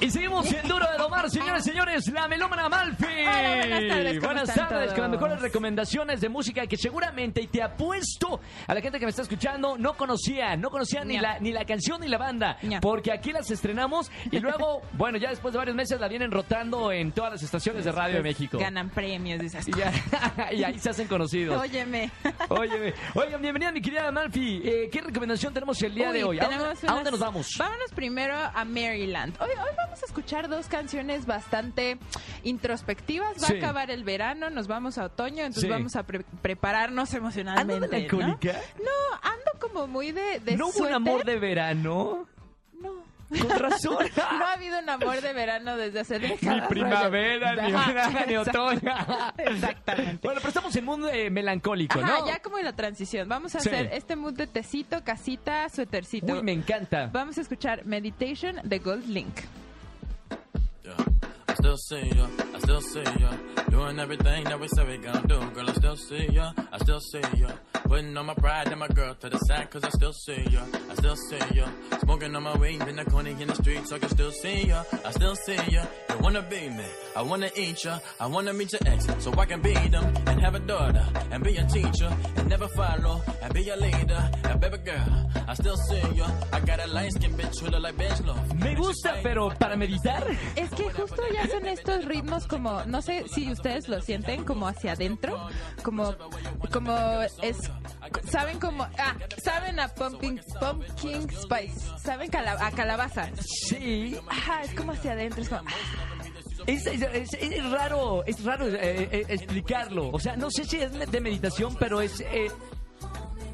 Y seguimos en Duro de Domar, señores y señores, la melómana Malfi. Hola, buenas tardes, ¿cómo Buenas tardes, están con las todos? mejores recomendaciones de música que seguramente, y te apuesto a la gente que me está escuchando, no conocía, no conocía ni Ya. la, ni la canción ni la banda, Ya. porque aquí las estrenamos y luego, bueno, ya después de varios meses la vienen rotando en todas las estaciones de Radio de Pues, México. Ganan premios de esas Y, ya- y ahí se hacen conocidos. cosas. Óyeme. Óyeme. Oigan, bienvenida mi querida Malfi. Eh, ¿Qué recomendación tenemos el día Uy, de hoy? ¿A dónde- tenemos ¿A dónde unas- nos vamos? Vámonos primero a Maryland. Hoy, hoy vamos a escuchar dos canciones bastante introspectivas. Va Sí. a acabar el verano, nos vamos a otoño, entonces Sí. vamos a pre- prepararnos emocionalmente. ¿Ando ¿no? melancólica? No, ando como muy de, de ¿No hubo un suéter. amor de verano? No. Con razón. No ha habido un amor de verano desde hace ni décadas. primavera, ni Ajá, verano, ni otoño. Exactamente. Bueno, pero estamos en mundo eh, melancólico, Ajá, ¿no? ya como en la transición. Vamos a Sí. hacer este mood de tecito, casita, suétercito. Uy, me encanta. Vamos a escuchar Meditation de Gold Link. Yeah. I still see ya, I still see ya. Doing everything that we said we gonna do, girl. I still see ya, I still see ya. Putting all my pride and my girl to the side, cause I still see ya, I still see ya. Smoking on my weed in the corner in the streets, I can still see ya, I still see ya. You wanna be me, I wanna eat ya, I wanna meet your ex, so I can be them and have a daughter and be a teacher and never follow and be a leader. And baby girl, I still see ya. I got a light skin bitch who look like bitch love. Me gusta, pero para meditar. Es que justo ya son estos ritmos como, no sé si ustedes lo sienten, como hacia adentro, como, como es, saben como, ah, saben a pumpkin, pumpkin spice, saben cala- a calabaza. Sí. Ajá, es como hacia adentro, es como, ah, Es, es- es- es raro, es raro eh, eh, explicarlo. O sea, no sé si es de meditación, pero es. eh,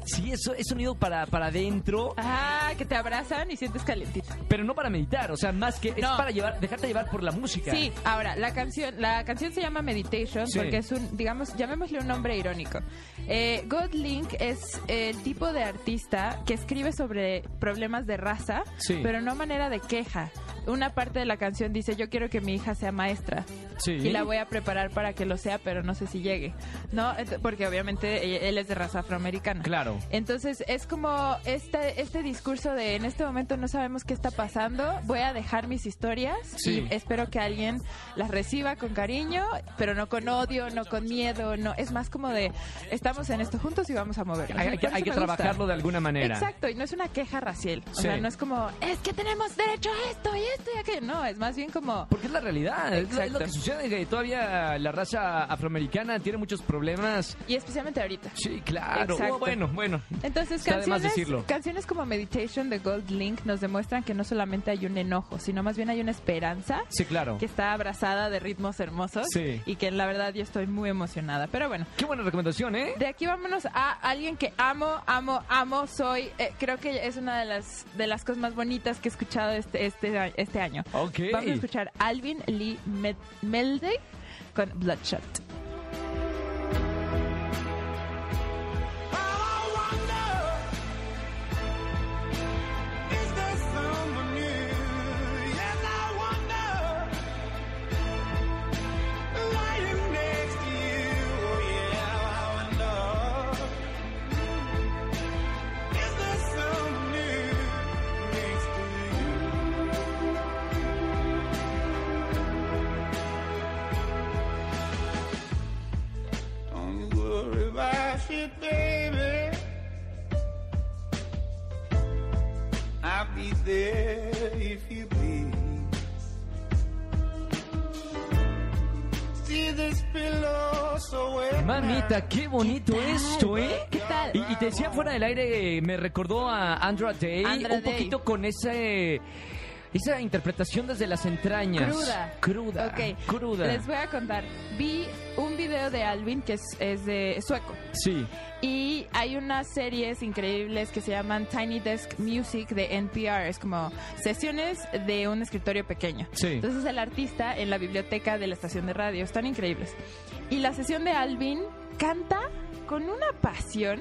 sí, es, es sonido para, para adentro, ah, que te abrazan y sientes calientito. pero no para meditar. O sea, más que es No. para llevar, dejarte llevar por la música. Sí, ahora, la canción, la canción se llama Meditation Sí. porque es un, digamos, llamémosle un nombre irónico. Eh, God Link es el tipo de artista que escribe sobre problemas de raza, Sí. pero no manera de queja. Una parte de la canción dice, yo quiero que mi hija sea maestra Sí. y la voy a preparar para que lo sea, pero no sé si llegue. No, Ent- porque obviamente eh, él es de raza afroamericana. Claro. Entonces es como este, este discurso de en este momento no sabemos qué está pasando, voy a dejar mis historias Sí. y espero que alguien las reciba con cariño, pero no con odio, no con miedo, no es más como de estamos en esto juntos y vamos a movernos. Hay, hay que, Por eso hay que me gusta. trabajarlo de alguna manera. Exacto, y no es una queja racial, o Sí. sea, no es como es que tenemos derecho a esto y esto y aquello, no, es más bien como Porque es la realidad, es, la- es lo Exacto. que sucede, que todavía la raza afroamericana tiene muchos problemas. y especialmente ahorita. Sí, claro. Exacto. Oh, bueno, bueno. Entonces, Está de más canciones, decirlo. canciones como Meditation de Gold Link nos demuestran que no solamente hay un enojo, sino más bien hay una esperanza Sí, claro. que está abrazada de ritmos hermosos Sí. y que la verdad yo estoy muy emocionada. Pero bueno, Qué buena recomendación, ¿eh? de aquí vámonos a alguien que amo, amo, amo, soy, eh, creo que es una de las de las cosas más bonitas que he escuchado este este, este año. Ok. Vamos a escuchar Alvin Lee Med- Meldey con Bloodshot. oh, Don't you worry about shit, baby. I'll be there if you please. See this pillow so wet. Mamita, qué bonito esto, ¿eh? ¿Qué tal? Y, y te decía fuera del aire, eh, me recordó a Andra Day Andra un Day. poquito con ese, esa interpretación desde las entrañas. Cruda. Cruda. Ok. Cruda. Les voy a contar. Vi un video de Alvin que es, es de es sueco. Sí. Y hay unas series increíbles que se llaman Tiny Desk Music de NPR. Es como sesiones de un escritorio pequeño. Sí. Entonces el artista en la biblioteca de la estación de radio. Están increíbles. Y la sesión de Alvin canta con una pasión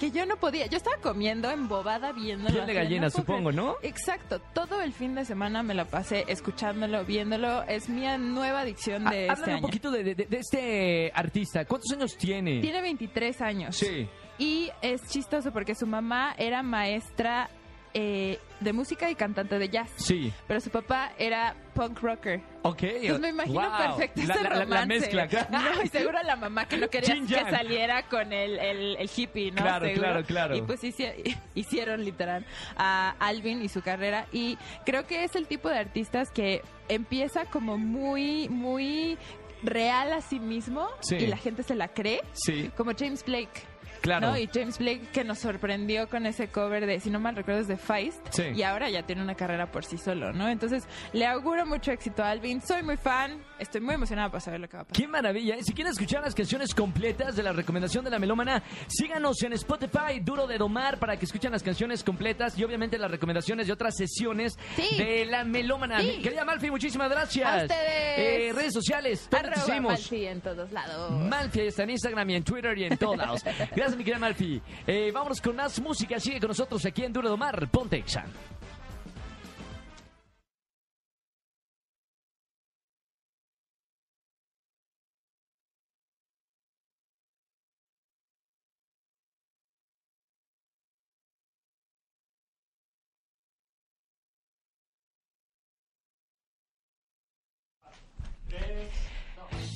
que yo no podía. Yo estaba comiendo embobada viendo. Piel de gallina, supongo, ¿no? Exacto. Todo el fin de semana me la pasé escuchándolo, viéndolo. Es mi nueva adicción de Ah, este háblame un año. poquito de, de- de- de este artista. ¿Cuántos años tiene? Tiene 23 años. Sí. Y es chistoso porque su mamá era maestra eh, de música y cantante de jazz. Sí. Pero su papá era punk rocker. Ok. Entonces Pues me imagino Wow. perfecto la, este la- la- la romance. mezcla, claro. No, y seguro la mamá que no quería Jin que Yang. saliera con el, el, el hippie, ¿no? Claro, Seguro. claro, claro. Y pues hici- hicieron literal a Alvin y su carrera. Y creo que es el tipo de artistas que empieza como muy, muy real a sí mismo Sí. y la gente se la cree. Sí, Como James Blake. claro. ¿no? Y James Blake que nos sorprendió con ese cover de, si no mal recuerdo, es de Feist. Sí. Y ahora ya tiene una carrera por sí solo, ¿no? Entonces, le auguro mucho éxito a Alvin. Soy muy fan. Estoy muy emocionada para saber lo que va a pasar. Qué maravilla. Y Si quieren escuchar las canciones completas de la recomendación de la melómana, síganos en Spotify, Duro de Domar, para que escuchen las canciones completas y obviamente las recomendaciones de otras sesiones Sí. de la melómana. Sí. Mi Querida Malfi, muchísimas gracias. A ustedes. Eh, redes sociales, ¿dónde te Arroba seguimos? Malfi en todos lados. Malfi ahí está en Instagram y en Twitter y en todos lados. Gracias, mi querida Malfi. Eh, vámonos con más música. Sigue con nosotros aquí en Duro de Domar. Ponte Exa.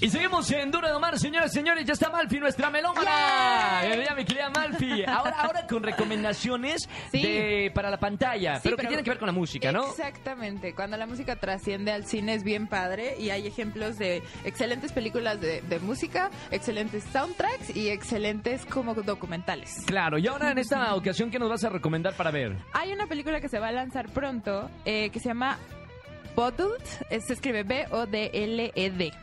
Y seguimos en Duro de Domar, señoras y señores. Ya está Malfi, nuestra melómana. ¡Yay! Bienvenida, mi querida Malfi. Ahora, ahora con recomendaciones Sí. de- para la pantalla, Sí, pero, que pero- tienen que ver con la música, ¿no? Exactamente, cuando la música trasciende al cine es bien padre y hay ejemplos de excelentes películas de, de música, excelentes soundtracks y excelentes como documentales. Claro, y ahora en esta ocasión, ¿qué nos vas a recomendar para ver? Hay una película que se va a lanzar pronto eh, que se llama Bottled, eh, se escribe B-O-D-L-E-D. E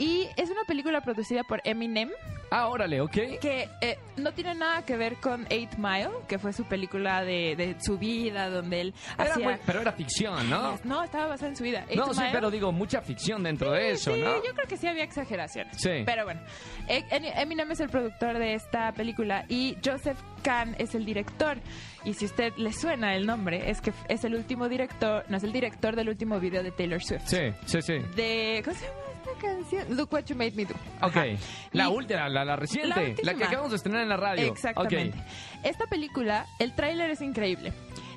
Y es una película producida por Eminem Ah, órale, ok. que eh, no tiene nada que ver con Eight Mile, que fue su película de, de su vida, donde él Era hacía... muy- pero era ficción, ¿no? No, estaba basada en su vida. Eight No, sí, Mile- pero digo, mucha ficción dentro de eso, Sí, ¿no? yo creo que sí había exageraciones. Sí. Pero bueno, E- E- Eminem es el productor de esta película y Joseph Kahn es el director. Y si a usted le suena el nombre, es que f- es el último director, no es el director del último video de Taylor Swift. Sí, sí, sí. De, ¿cómo se llama esta canción? Look What You Made Me Do. Ok. Ajá. La Y- última, la, la reciente, La la, última. que acabamos de estrenar en la radio. Exactamente. Ok. Esta película, el tráiler es increíble.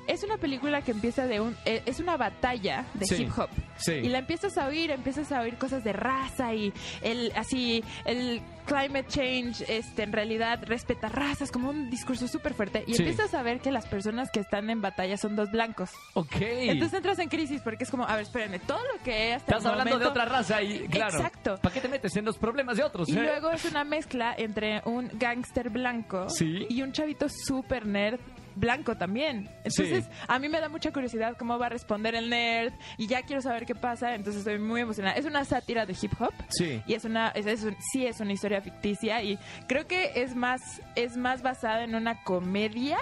Es una película que empieza de un... eh, Es una batalla de Sí, hip hop. sí. Y la empiezas a oír, empiezas a oír cosas de raza y el así el climate change este en realidad respeta razas como un discurso súper fuerte y Sí. empiezas a ver que las personas que están en batalla son dos blancos. Ok. Entonces entras en crisis porque es como, a ver, espérenme, todo lo que he hasta Estás el hablando de momento- otra raza y, claro. Exacto. ¿Para qué te metes en los problemas de otros? Y eh? luego es una mezcla entre un gángster blanco Sí. y un chavito super nerd blanco también. Entonces, Sí. a mí me da mucha curiosidad cómo va a responder el nerd y ya quiero saber qué pasa, entonces estoy muy emocionada. Es una sátira de hip hop Sí. y es una es, es un- sí es una historia ficticia y creo que es más es más basada en una comedia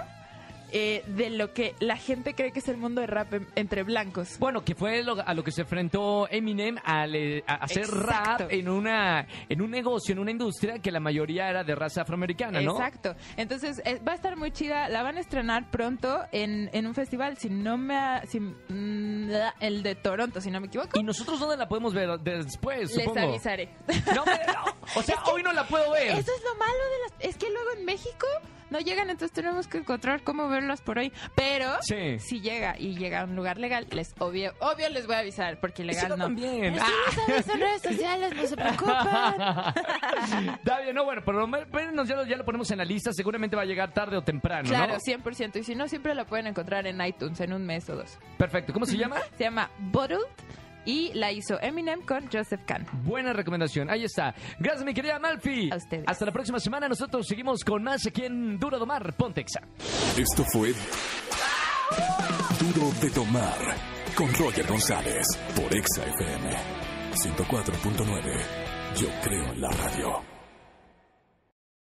eh, de lo que la gente cree que es el mundo de rap en- entre blancos. Bueno, que fue lo- a lo que se enfrentó Eminem al, eh, a, hacer Exacto. rap en una en un negocio, en una industria que la mayoría era de raza afroamericana, ¿no? Exacto. Entonces eh, va a estar muy chida. La van a estrenar pronto en, en un festival, si no me... ha- si- mm, la- el de Toronto, si no me equivoco. ¿Y nosotros dónde la podemos ver después, Les supongo? avisaré. No, me- no. O sea, Es que- hoy no la puedo ver. Eso es lo malo de las... Es que luego en México no llegan, entonces tenemos que encontrar cómo verlas por ahí. Pero Sí. si llega y llega a un lugar legal, les obvio, obvio les voy a avisar, porque Sí, legal no, no. también. Pero sí nos avisan en redes sociales, no se preocupen. Está bien, no, bueno, por lo menos ya lo, ya lo ponemos en la lista. Seguramente va a llegar tarde o temprano, Claro, ¿no? 100%. Y si no, siempre la pueden encontrar en iTunes en un mes o dos. Perfecto. ¿Cómo se llama? Se llama Bottled y la hizo Eminem con Joseph Kahn. Buena recomendación, ahí está. Gracias, mi querida Malfi. A ustedes. Hasta la próxima semana. Nosotros seguimos con más aquí en Duro Domar, Pontexa. Esto fue Duro de Tomar con Roger González por Exa FM 104.9. Yo creo en la radio.